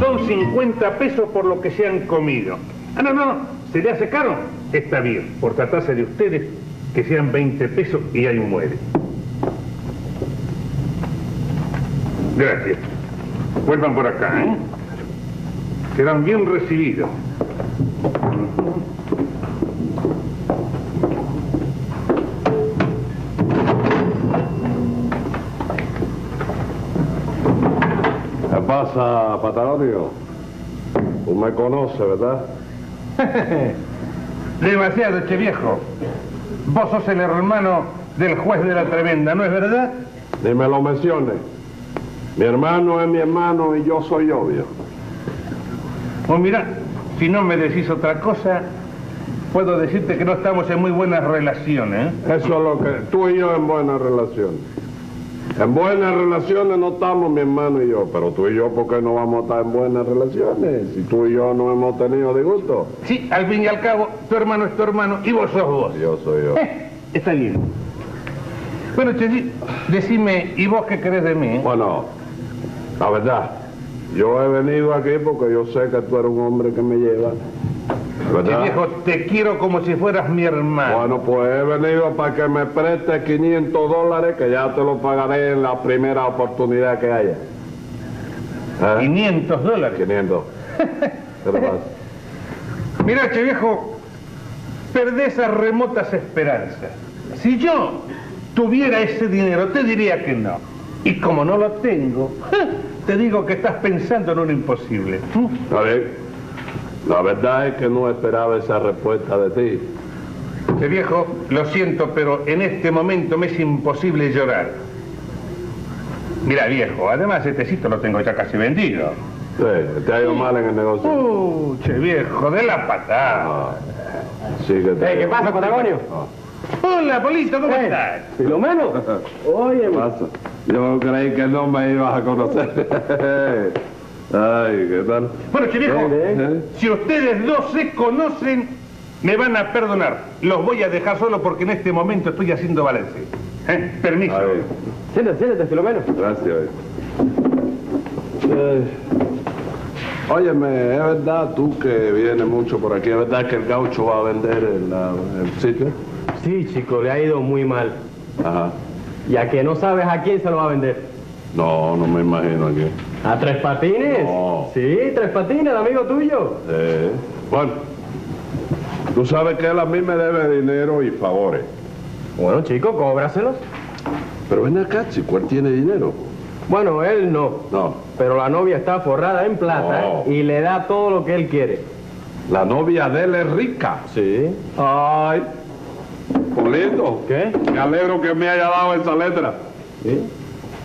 50 pesos por lo que se han comido. Ah, no, no, no. ¿Se le hace caro? Está bien, por tratarse de ustedes, que sean 20 pesos y ahí muere. Gracias. Vuelvan por acá, ¿eh? Serán bien recibidos. ¿Qué pasa, Patagonio? Tú me conoces, ¿verdad? Demasiado, che viejo. Vos sos el hermano del juez de la tremenda, ¿no es verdad? Ni me lo menciones. Mi hermano es mi hermano y yo soy obvio. Pues mirá, si no me decís otra cosa, puedo decirte que no estamos en muy buenas relaciones. ¿eh? Eso es lo que... Tú y yo en buenas relaciones. En buenas relaciones no estamos mi hermano y yo, pero tú y yo, ¿por qué no vamos a estar en buenas relaciones? Si tú y yo no hemos tenido de gusto. Sí, al fin y al cabo, tu hermano es tu hermano y vos sos vos. Yo soy yo. Eh, está bien. Bueno, Chedi, decime, ¿y vos qué crees de mí? eh? Bueno, la verdad, yo he venido aquí porque yo sé que tú eres un hombre que me lleva. Che ¿Verdad? viejo, te quiero como si fueras mi hermano. Bueno, pues he venido para que me prestes 500 dólares que ya te lo pagaré en la primera oportunidad que haya. ¿Eh? 500 dólares. 500. ¿Qué te pasa? Mirá, che viejo, perdés esas remotas esperanzas. Si yo tuviera ese dinero, te diría que no. Y como no lo tengo, te digo que estás pensando en un imposible. A ver, la verdad es que no esperaba esa respuesta de ti. Che Eh, viejo, lo siento, pero en este momento me es imposible llorar. Mira, viejo, además este sitio lo tengo ya casi vendido. Sí, te ha ido mal en el negocio. Uh, che viejo, de la patada. Ah, sí que te Ah, ha Eh, ¿Qué ido mal. pasa, Patagonio? Hola, Polito, ¿cómo estás? ¿Filomeno? Oye, ¿Qué pasa? Yo creí que no me ibas a conocer. Ay, ¿qué tal? Bueno, che viejo, Ven, ven. si ustedes dos se conocen, me van a perdonar. Los voy a dejar solo porque en este momento estoy haciendo balance. ¿Eh? Permiso. Ay, siéntate, siéntate, Filomeno. gracias. Eh, Óyeme, ¿es verdad tú que vienes mucho por aquí? ¿Es verdad que el gaucho va a vender el, ah, el sitio? Sí, chico, le ha ido muy mal. Ajá. Ya que no sabes a quién se lo va a vender. No, no me imagino aquí. ¿A Tres Patines? No. Sí, Tres Patines, el amigo tuyo. Eh, bueno, tú sabes que él a mí me debe dinero y favores. Bueno, chico, cóbraselos. Pero ven acá, chico, él tiene dinero. Bueno, él no. No, Pero la novia está forrada en plata Oh. y le da todo lo que él quiere. la novia de él es rica. Sí. Ay, Polito. ¿Qué? Me alegro que me haya dado esa letra. ¿Sí?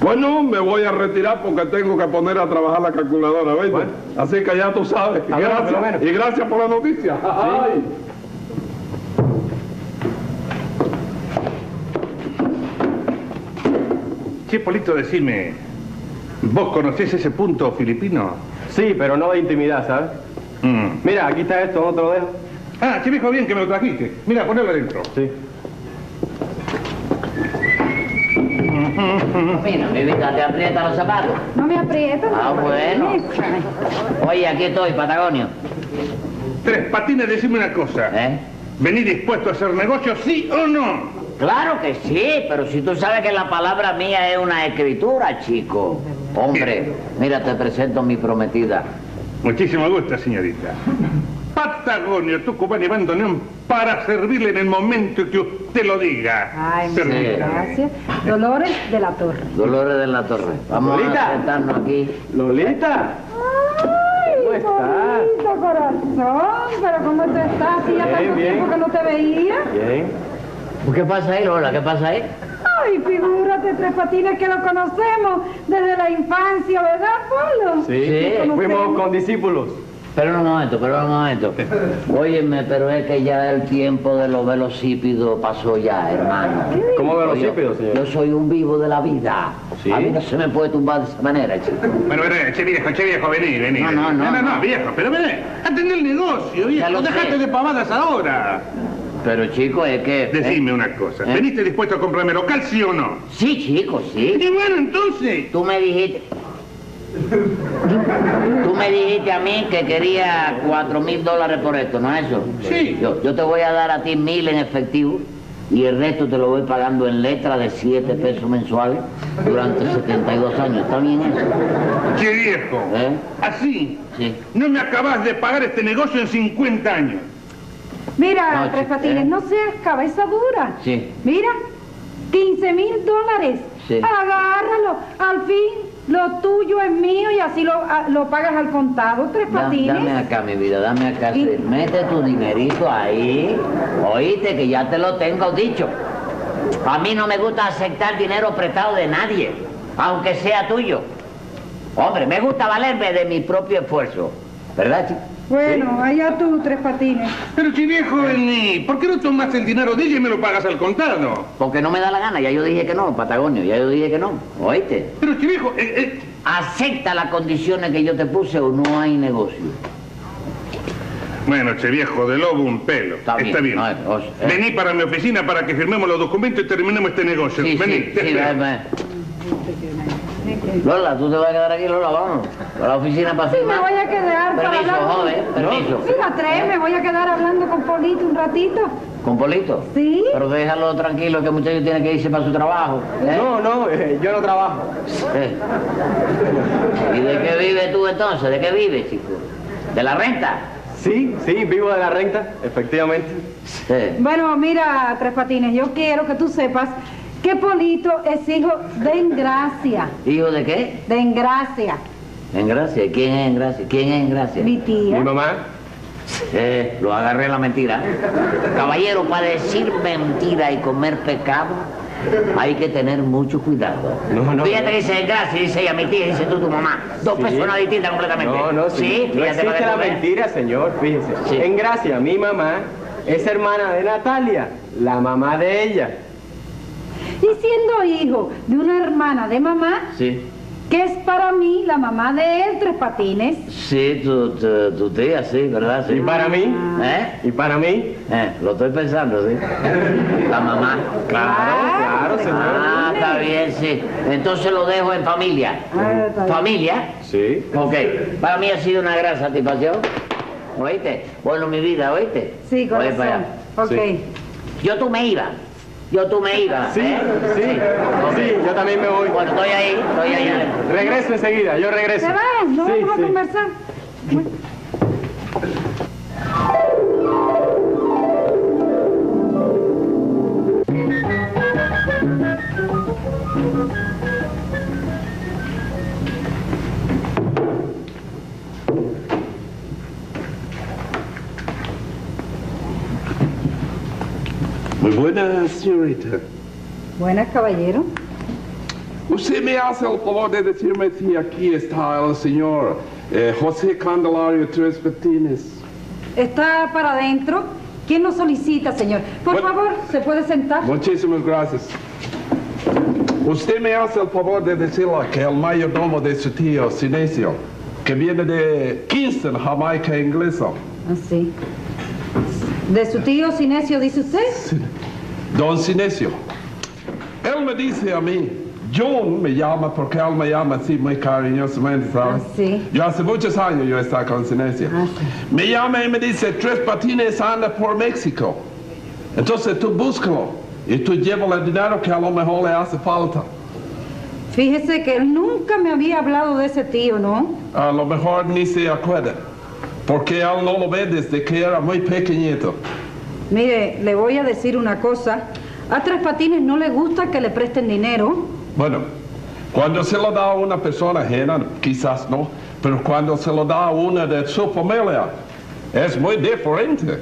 Bueno, Pues me voy a retirar porque tengo que poner a trabajar la calculadora, ¿viste? Bueno. Así que ya tú sabes. A ver, gracias. pero bueno. Y gracias por la noticia. Ay. Che, Polito, decime, ¿vos conocés ese punto filipino? Sí, pero no de intimidad, ¿sabes? Mm. Mira, aquí está esto, no te lo dejo. Ah, che viejo, bien que me lo trajiste. Mira, ponelo adentro. Sí. Mira, mi vida, te aprieta los zapatos. No me aprietas. Ah, hombre. bueno. Ay, Oye, aquí estoy, Patagonio. Tres patines, decime una cosa. ¿Eh? ¿Venís dispuesto a hacer negocio, sí o no? Claro que sí, pero si tú sabes que la palabra mía es una escritura, chico. Hombre, mira, te presento a mi prometida. Muchísimo gusto, señorita. Patagonio, Tucumán y Bandoneón para servirle en el momento que usted lo diga. Ay, muchas Permítame. gracias. Dolores de la Torre. Dolores de la Torre. Vamos Lolita. a sentarnos aquí. Lolita. ¿Cómo Ay, estás? bonito corazón. Pero ¿cómo tú estás? Si ya Bien, tanto bien. tiempo que no te veía. Bien. Pues, ¿Qué pasa ahí, Lola? ¿Qué pasa ahí? Ay, figúrate, Tres Patines, que lo conocemos desde la infancia, ¿verdad, Polo? Sí. Sí. Lo Fuimos conocemos. con discípulos. Pero un momento, pero un momento. Óyeme, pero es que ya el tiempo de los velocípidos pasó ya, hermano. ¿Cómo velocípedo, Yo, señor? yo soy un vivo de la vida. Sí. A mí no se me puede tumbar de esa manera, chico. Bueno, vení, che viejo, che viejo, vení, vení. No, vení. no, no, No, no. viejo, pero vení. Atendé el negocio, Ya viejo. lo Dejate sé. de pavadas ahora. Pero chico, es que... Decime una cosa. ¿Eh? ¿Veniste dispuesto a comprarme local, sí o no? Sí, chico, sí. Y bueno, entonces. Tú me dijiste... Tú me dijiste a mí que quería cuatro mil dólares por esto, ¿no es eso? Sí. Yo, yo te voy a dar a ti mil en efectivo y el resto te lo voy pagando en letra de siete pesos mensuales durante 72 años. ¿Está bien eso? Che viejo, ¿Eh? así Sí. no me acabas de pagar este negocio en 50 años. Mira, No, Tres chica, Patines, ¿eh? no seas cabeza dura. Sí. Mira, 15 mil dólares. Sí. Agárralo. Al fin, lo tuyo es mío y así lo, a- lo pagas al contado, Tres Da- Patines. dame acá, mi vida, dame acá. Y- sí. Mete tu dinerito ahí. Oíste que ya te lo tengo dicho. A mí no me gusta aceptar dinero prestado de nadie, aunque sea tuyo. Hombre, me gusta valerme de mi propio esfuerzo. ¿Verdad, chico? Bueno, allá tú, Tres Patines. Pero che viejo, el ni- ¿por qué no tomas el dinero de ella y me lo pagas al contado? Porque no me da la gana, ya yo dije que no, Patagonio, ya yo dije que no. ¿Oíste? Pero che viejo, eh, eh, Acepta las condiciones que yo te puse o no hay negocio. eh. Bueno, che viejo, de lobo un pelo. Está bien, no hay negocio, eh. Vení para mi oficina para que firmemos los documentos y terminemos este negocio. Sí, Vení, sí, te sí, espero. ven, ven. Lola, tú te vas a quedar aquí, Lola, vamos. A la oficina para Sí, me firmar. voy a quedar para Permiso, hablar. con- joven, permiso. Mira, tres, me voy a quedar hablando con Polito un ratito. ¿Con Polito? ¿Sí? Pero déjalo tranquilo, que el muchacho tiene que irse para su trabajo. ¿eh? No, no, eh, yo no trabajo. Eh. ¿Y de qué vives tú entonces? ¿De qué vives, chico? ¿De la renta? Sí, sí, vivo de la renta, efectivamente. Eh. Bueno, mira, Tres Patines, yo quiero que tú sepas que Polito es hijo de Engracia. ¿Hijo de qué? De Engracia. En gracia. ¿Quién es en gracia? ¿Quién es en gracia? Mi Mi tía. mamá, Eh, lo agarré en la mentira. Caballero, para decir mentira y comer pecado, hay que tener mucho cuidado. No, no, Fíjate no. que dice gracias, dice ella, mi tía, dice tú, tu mamá. Dos Sí. personas distintas pues completamente. No, no, sí. no fíjate para existe que la tú veas. mentira, señor, fíjese. Sí. En gracia, mi mamá es hermana de Natalia, la mamá de ella. Y siendo hijo de una hermana de mamá, Sí, que es para mí la mamá de él, Tres Patines. sí, tu, tu, tu tía, sí, ¿verdad? Sí. Y para mí, ¿Eh? y para mí, Eh, lo estoy pensando, sí. La mamá. claro, claro, señor. Ah, está bien, sí. Entonces lo dejo en familia. Ah, está bien. ¿Familia? Sí. Ok, para mí ha sido una gran satisfacción. ¿Oíste? Bueno, mi vida, ¿oíste? Sí, Voy corazón. para allá. Ok. Sí. Yo tú me iba. Yo tú me iba. Sí, ¿eh? sí, sí, yo también me voy. Bueno, estoy ahí, estoy ahí. adentro. Regreso enseguida, yo ¿Te regreso. vas? No Sí, vamos a sí. conversar. Bueno. Muy buena, señorita. Buenas, caballero. Usted me hace el favor de decirme si aquí está el señor eh, José Candelario Tres Patines. Está para adentro. ¿Quién nos solicita, señor? Por Bueno. favor, ¿se puede sentar? Muchísimas gracias. Usted me hace el favor de decirle que el mayordomo de su tío, Sinesio, que viene de Kingston, Jamaica inglesa, Así. Ah, ¿De su tío Sinesio dice usted? don Sinesio, él me dice a mí, John me llama porque él me llama así muy cariñosamente, ¿sabes? Ah, sí. Yo hace muchos años yo estaba con Sinesio. Ah, Me llama y me dice, Tres Patines anda por México. Entonces tú búscalo y tú llevas el dinero que a lo mejor le hace falta. Fíjese que él nunca me había hablado de ese tío, ¿no? A lo mejor ni se acuerda, porque él no lo ve desde que era muy pequeñito. Mire, le voy a decir una cosa. A Tres Patines no le gusta que le presten dinero. Bueno, cuando se lo da a una persona ajena, quizás no, pero cuando se lo da a una de su familia, es muy diferente.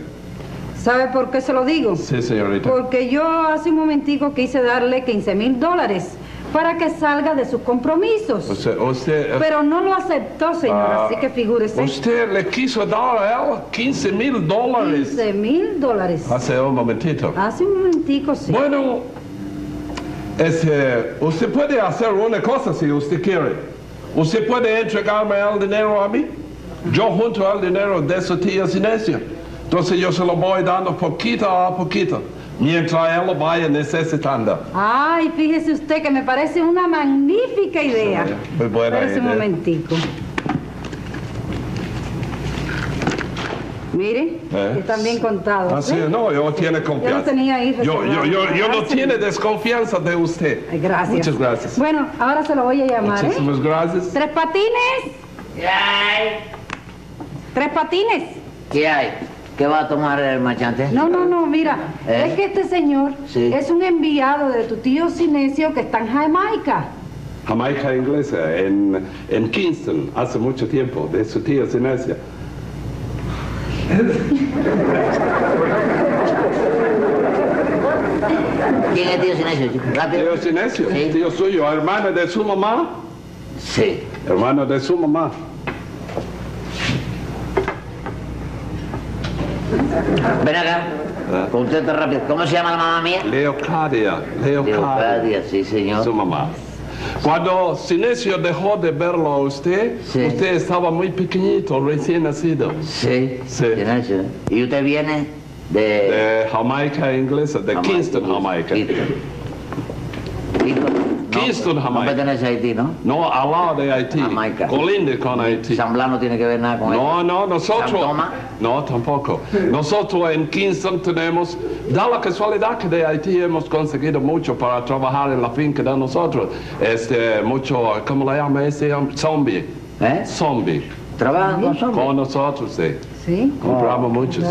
¿Sabe por qué se lo digo? Sí, señorita. Porque yo hace un momentico quise darle 15 mil dólares para que salga de sus compromisos. Usted, usted, Pero no lo aceptó, señor, Pues, eh, Ah, así que figúrese. usted le quiso dar a él 15 mil dólares 15 mil dólares. hace un momentito. Hace un momentico, sí. Bueno, este, usted puede hacer una cosa si usted quiere. Usted puede entregarme el dinero a mí. Yo junto al dinero de su tía Sinesio. Entonces yo se lo voy dando poquito a poquito. mientras él lo vaya necesitando. Ay, fíjese usted que me parece una magnífica idea. Muy buena Espérese un idea. momentico. Mire, ¿Eh? están bien contados. Ah, Así, ¿eh? no, yo tiene confianza. tenía ahí Yo, yo, yo, yo no reservado. tiene desconfianza de usted. Ay, Gracias. Muchas gracias. Bueno, ahora se lo voy a llamar, ¿eh? Muchísimas gracias. Tres patines, ¿Qué hay? tres patines. ¿Qué hay? ¿Qué va a tomar el machante? No, no, no, mira, ¿Eh? es que este señor Sí. es un enviado de tu tío Sinesio que está en Jamaica. Jamaica inglesa, en, en Kingston, hace mucho tiempo, de su tía Sinesia. ¿Quién es tío Sinesio, chico? Rápido. Tío Sinesio, Sí. tío suyo, hermano de su mamá. Sí. Hermano de su mamá. Ven acá. Ah. Contesta rápido. ¿Cómo se llama la mamá mía? Leocadia, Leocadia. Leocadia, sí, señor. Su mamá. Cuando Sinesio dejó de verlo a usted, Sí. usted estaba muy pequeñito, recién nacido. Sí. Sí. Sinesio. ¿Y usted viene de...? De Jamaica inglesa, de Jamaica. Kingston, Jamaica. Kingston. Kingston. No, Kingston, Jamaica. No pertenece a Haití, ¿no? No al lado de Haití, Jamaica. colinde con Haití. San Blas no tiene que ver nada con No, no, San nosotros. Tomás. No, tampoco. Nosotros en Kingston tenemos, da la casualidad que de Haití hemos conseguido mucho para trabajar en la finca de nosotros. Este, mucho, ¿cómo le llama ese? hombre? Zombie. ¿Eh? Zombie. ¿Trabajan con zombies? Con nosotros, sí. Sí. Oh. Compramos muchos.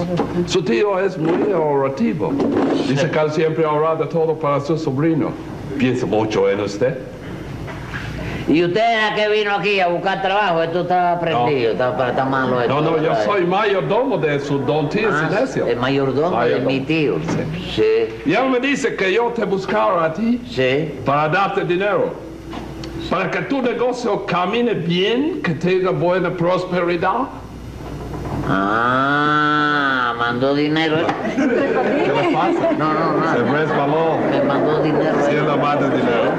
Su tío es muy orativo. Dice que él siempre ora de todo para su sobrino. Piensa mucho en usted. ¿Y usted era que vino aquí a buscar trabajo? Esto está prendido, está, está malo esto. No, no, yo ¿verdad? soy mayordomo de su don tío Ah, Sinesio. el mayordomo de Mayordomo. mi tío. Sí. Y él me dice que yo te buscara a ti Sí. para darte dinero. Para que tu negocio camine bien, que tenga buena prosperidad. Ah, mandó dinero. ¿eh? Tres ¿Qué le patines. pasa? No, no, Se no. resbaló. Me mandó dinero. Sí, ¿eh? la madre dinero.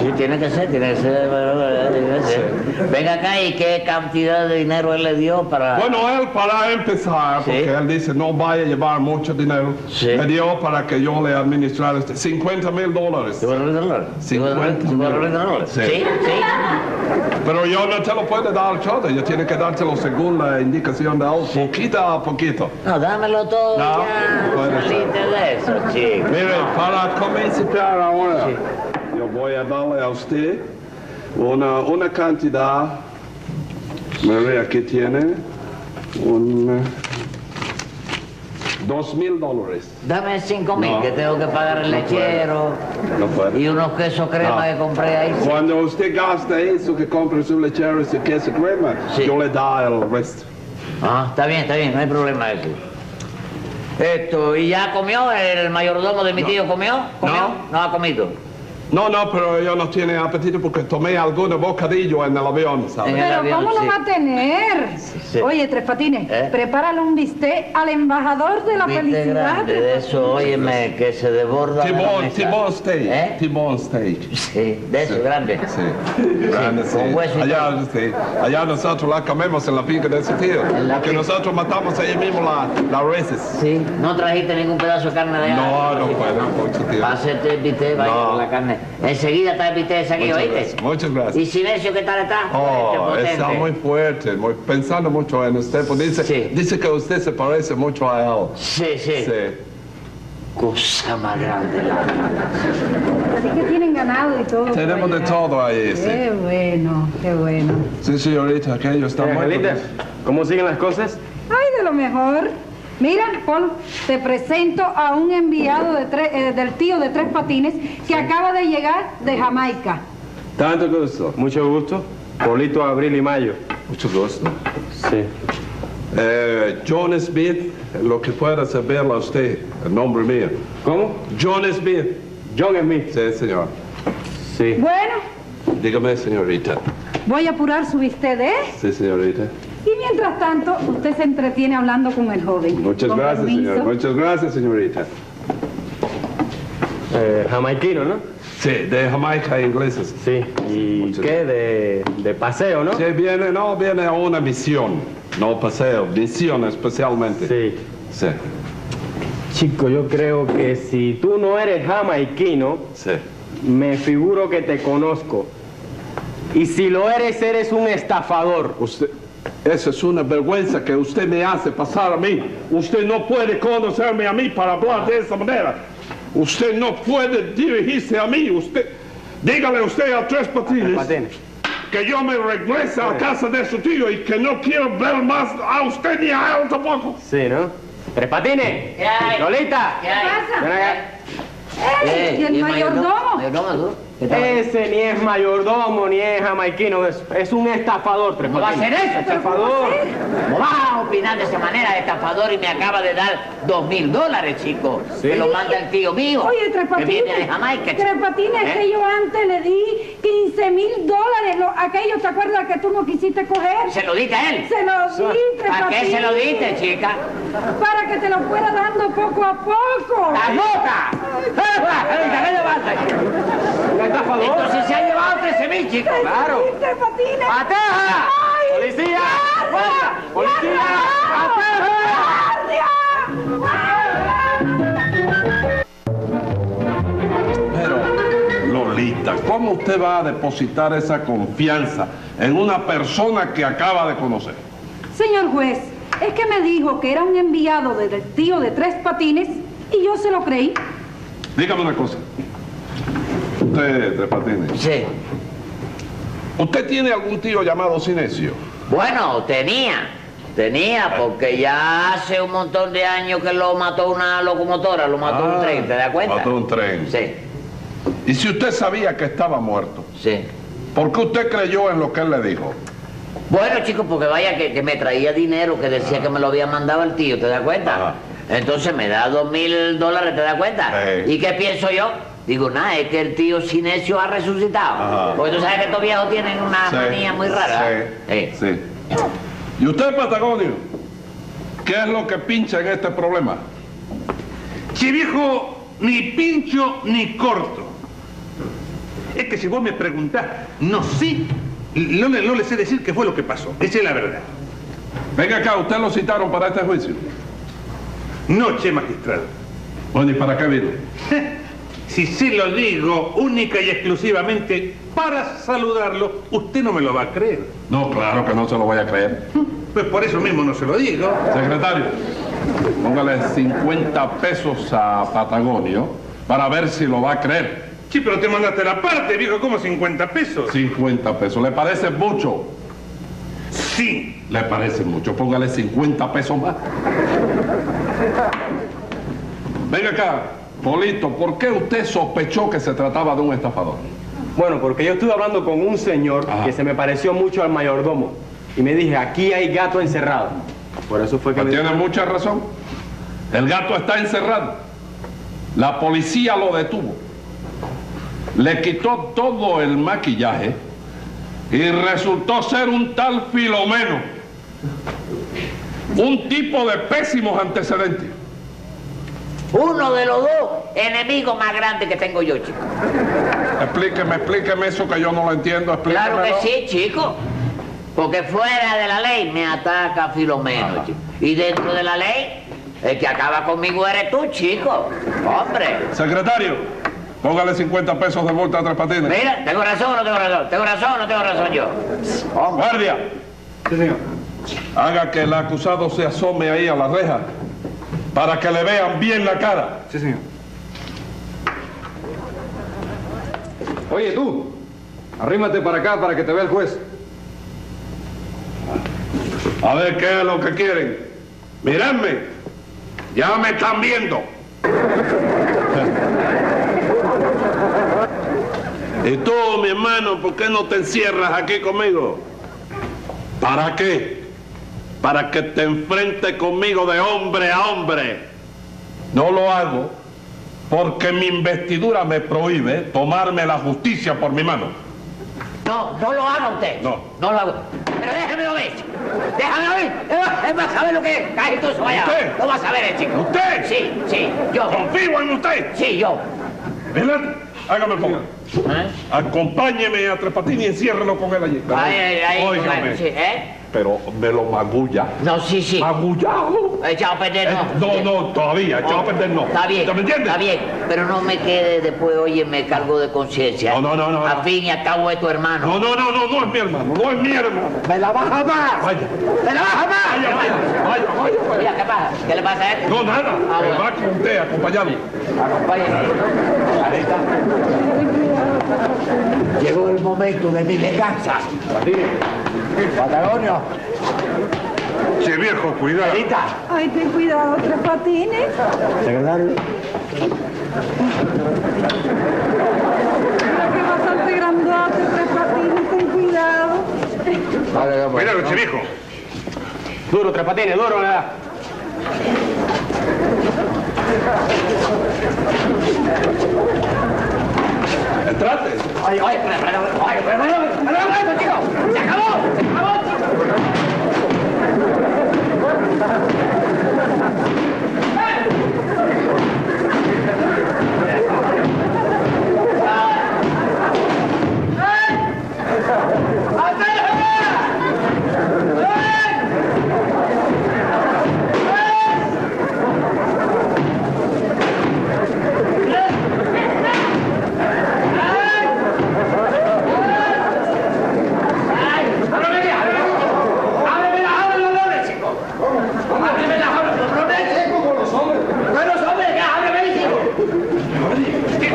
Sí, tiene que ser, tiene que ser. eh, tiene que ser. Venga acá y qué cantidad de dinero él le dio para. Bueno, él para empezar, Sí. porque él dice no vaya a llevar mucho dinero, Sí. me dio para que yo le administrara este 50 mil dólares. Cincuenta mil. dólares. Sí. Sí, sí. Pero yo no te lo puedo dar todo, yo tiene que dártelo según la indicación de él, poquito a poquito. No, dámelo todo. No, ya, no puede ser. salite de eso, chico. Mire, para comenzar ahora, Yo voy a darle a usted una, una cantidad. Mire, aquí tiene un... Dos mil dólares. Dame cinco mil No. que tengo que pagar el No lechero No puede. y unos quesos crema No. que compré ahí. Cuando usted gasta eso que compra su lechero y su queso crema, Sí. yo le da el resto. Ah, está bien, está bien, no hay problema eso. Esto, ¿y ya comió? ¿El mayordomo de mi tío comió? ¿Comió? No, ha comido. no, no, pero yo no tiene apetito porque tomé algún bocadillo en el avión, En ¿sabes? el Pero avión, ¿cómo sí. lo va a tener? sí. Oye, Tres Patines, ¿Eh? prepárale un bistec al embajador de la Viste felicidad. grande de eso, óyeme, que se desborda de la Timón, mesa. Timón Steak, ¿Eh? Timón Steak. Sí, de eso, grande. Sí, grande, sí. con hueso y Allá, sí. Allá nosotros la comemos en la finca de ese tío. En la Porque finca. nosotros matamos ahí mismo la- las reses. Sí, no trajiste ningún pedazo de carne de No, no puedo, mucho tío. Pásate el bistec, vaya No. con la carne. Enseguida está el bistec aquí, Muchas ¿oíste? gracias. Muchas ¿Y gracias. Silencio qué tal está? Oh, Fuerte, está potente. muy fuerte, muy, pensando mucho en usted. pues dice, Sí. dice que usted se parece mucho a él. Sí, sí, Sí. Cosa más grande la Así que tienen ganado y todo. Tenemos para de allá. todo ahí, sí. Qué bueno, qué bueno. Sí, señorita, aquello está muy Eh, Angelita, ¿cómo siguen las cosas? Ay, de lo mejor. Mira, Polo, te presento a un enviado de tres- eh, del tío de Tres Patines que acaba de llegar de Jamaica. Tanto gusto. Mucho gusto. Polito, abril y mayo. Mucho gusto. Sí. Eh, John Smith, lo que pueda saberlo a usted, el nombre mío. ¿Cómo? John Smith. John Smith. Sí, señor. Sí. Bueno, Dígame, señorita. voy a apurar su bistec, ¿eh? Sí, señorita. Y mientras tanto, usted se entretiene hablando con el joven. Muchas Con gracias, permiso. señor. Muchas gracias, señorita. Eh, jamaiquino, ¿no? Sí, de Jamaica ingleses. Sí. ¿Y Muchas qué? De, de paseo, ¿no? Sí, viene, no, viene a una misión. No paseo, misión especialmente. Sí. Sí. Chico, yo creo que si tú no eres jamaiquino, Sí. me figuro que te conozco. Y si lo eres, eres un estafador. Usted, esa es una vergüenza que usted me hace pasar a mí. Usted no puede conocerme a mí para hablar de esa manera. Usted no puede dirigirse a mí. Usted, dígale usted a Tres Patines Patines. que yo me regrese a casa de su tío y que no quiero ver más a usted ni a él tampoco. Sí, ¿no? Tres patines. ¿Qué hay? Lolita. ¿Qué ¿Qué hay? Ven pasa? acá. ¡Ey! Eh, ¿Y el mayordomo? ¿Mayordomo tú? ¿Qué tal? Ese ni es mayordomo, ni es jamaiquino. Es, es un estafador, Tres ¿Cómo va a Patines. ser eso? Estafador. ¿Cómo vas a opinar de esa manera, estafador, y me acaba de dar dos mil dólares, chico? Sí. Que lo manda el tío mío. Oye, Tres Que Patines. viene de Jamaica, chico. Tres Patines, ¿Eh? que yo antes le di 15 mil dólares. lo- Aquello, ¿te acuerdas que tú no quisiste coger? ¿Se lo diste a él? Se lo di, Tres ¿A qué se lo Patines, diste, chica? Para que te lo fuera dando poco a poco. ¡La loca! Lolita, ¿Qué llevaste? Un estafador. Entonces se ha llevado 13 mil, chico. Claro. Sí, Tres Patines. ¡Ateja! ¡Ay! ¡Policía! ¡Fuerza! ¡Policía! ¡Ateja! Pero, Lolita, ¿cómo usted va a depositar esa confianza en una persona que acaba de conocer? Señor juez, es que me dijo que era un enviado del tío de Tres Patines y yo se lo creí. Dígame una cosa. Usted, Tres Patines. Sí. ¿Usted tiene algún tío llamado Sinesio? Bueno, tenía. Tenía, porque ya hace un montón de años que lo mató una locomotora, lo mató Ah, un tren, ¿te das cuenta? mató un tren. Sí, Y si usted sabía que estaba muerto, sí. ¿por qué usted creyó en lo que él le dijo? Bueno, chicos, porque vaya que, que me traía dinero que decía que me lo había mandado el tío, ¿te das cuenta? Ajá. Entonces me da dos mil dólares, ¿te das cuenta? Sí. ¿Y qué pienso yo? Digo, nada, es que el tío Sinesio ha resucitado. Ajá. Porque tú sabes que estos viejos tienen una manía muy rara. Sí, Sí. sí. ¿Y usted, Patagonio? ¿Qué es lo que pincha en este problema? Che viejo, ni pincho ni corto. Es que si vos me preguntás, no sé, no le, no le sé decir qué fue lo que pasó. Esa es la verdad. Venga acá, usted lo citaron para este juicio. No, che magistrado. Bueno, ¿y para qué vino? Si se lo digo única y exclusivamente para saludarlo, usted no me lo va a creer. No, claro que no se lo voy a creer. Pues por eso mismo no se lo digo. Secretario, póngale 50 pesos a Patagonio para ver si lo va a creer. Sí, pero te mandaste la parte, viejo, como 50 pesos. 50 pesos. ¿Le parece mucho? Sí. Le parece mucho. Póngale 50 pesos más. Venga acá, Polito, ¿por qué usted sospechó que se trataba de un estafador? Bueno, porque yo estuve hablando con un señor Ajá. que se me pareció mucho al mayordomo. Y me dije, aquí hay gato encerrado. Por eso fue que Pues me... tiene mucha razón. El gato está encerrado. La policía lo detuvo. Le quitó todo el maquillaje y resultó ser un tal Filomeno. Un tipo de pésimos antecedentes. Uno de los dos enemigos más grandes que tengo yo, chico. Explíqueme, explíqueme eso que yo no lo entiendo. Claro que explíquemelo. sí, chico. Porque fuera de la ley me ataca Filomeno, chico. Y dentro de la ley, el que acaba conmigo eres tú, chico. Hombre. Secretario, póngale 50 pesos de vuelta a Tres Patines. Mira, tengo razón o no tengo razón. Tengo razón o no tengo razón yo. Guardia, haga que el acusado se asome ahí a la reja para que le vean bien la cara. Sí, señor. Oye, tú, arrímate para acá para que te vea el juez. A ver qué es lo que quieren. Miradme, ya me están viendo. y tú, mi hermano, ¿por qué no te encierras aquí conmigo? ¿Para qué? Para que te enfrentes conmigo de hombre a hombre. No lo hago porque mi investidura me prohíbe tomarme la justicia por mi mano. No, no lo haga usted. No. No lo hago. Pero déjame ver. Déjame ver. Eh, Él va a saber lo que es. Cae tú, vaya. ¿Usted? Lo va a saber el chico. ¿Usted? Sí, sí, yo. Oh. Confío en usted. Sí, yo. Adelante, hágame el favor. ¿Eh? Acompáñeme a Tres Patines y enciérrelo con él allí. Ahí, ahí, ahí. Óigame. Sí, ¿eh? pero me lo magulla. No, sí, sí. ¿Magullado? Echado a perder, Ah. Eh, no. Oh, no, no, todavía, echado a perder no. Está bien, ¿Te me entiendes? está bien, pero no me quede después, oye, me cargo de conciencia. No, no, no, no, Al no. fin y al cabo es tu hermano. No, no, no, no, no es mi hermano, no es mi hermano. ¡Me la baja más! Vaya. ¡Me la baja más! Vaya, vaya, vaya, vaya, vaya. Mira, ¿qué pasa? ¿Qué le pasa a este? No, nada, Ah, me bueno. va con usted, acompañarme. Acompáñame. Ahí está. Llegó el momento de mi venganza. Patagonio, Che, viejo, cuidado. Rita. Ay, ten cuidado, tres patines. Secretario. Mira que bastante grandote, tres patines, ten cuidado. pues. Cuidado, che, viejo. Duro, tres patines, duro, le da. Entrate. Ay, ay, pero, pero, ay, pero, pero, pero, pero, chico, se acabó, se acabó, chico.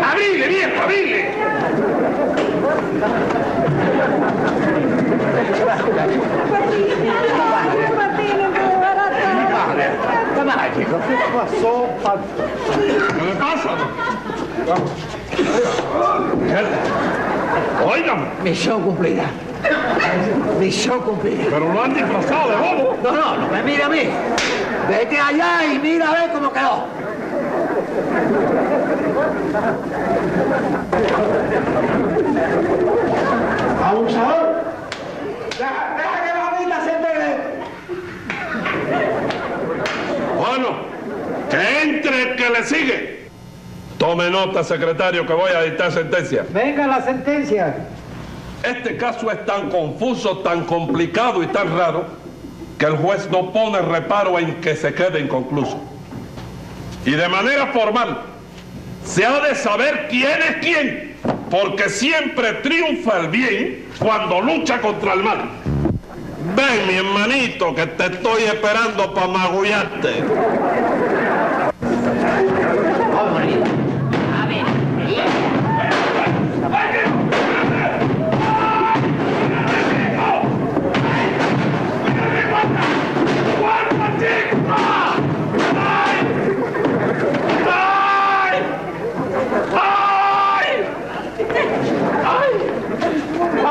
¡Abrile, viejo, abrile! Tres patines, que barata. ¿Qué le pasa? Oigan, Misión cumplida. Misión cumplida. pero lo han disfrazado de bobo. No, no, no me mire a mí. Vete allá y mira a ver cómo quedó. Bueno, que entre el que le sigue. Tome nota, secretario, que voy a dictar sentencia. Venga la sentencia. Este caso es tan confuso, tan complicado y tan raro que el juez no pone reparo en que se quede inconcluso. Y de manera formal, se ha de saber quién es quién, porque siempre triunfa el bien cuando lucha contra el mal. Ven, mi hermanito, que te estoy esperando para magullarte. Hombre. A ver,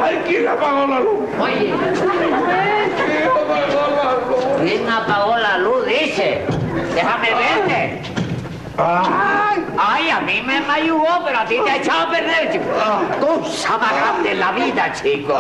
¡Ay, quién apagó la luz! oye, ¿Quién apagó la luz? ¿quién apagó la luz? Dice. Déjame verte. Ay, ay, a mí me mayugó, pero a ti te ha echado a perder, chico. Cosa más grande en la vida, chico.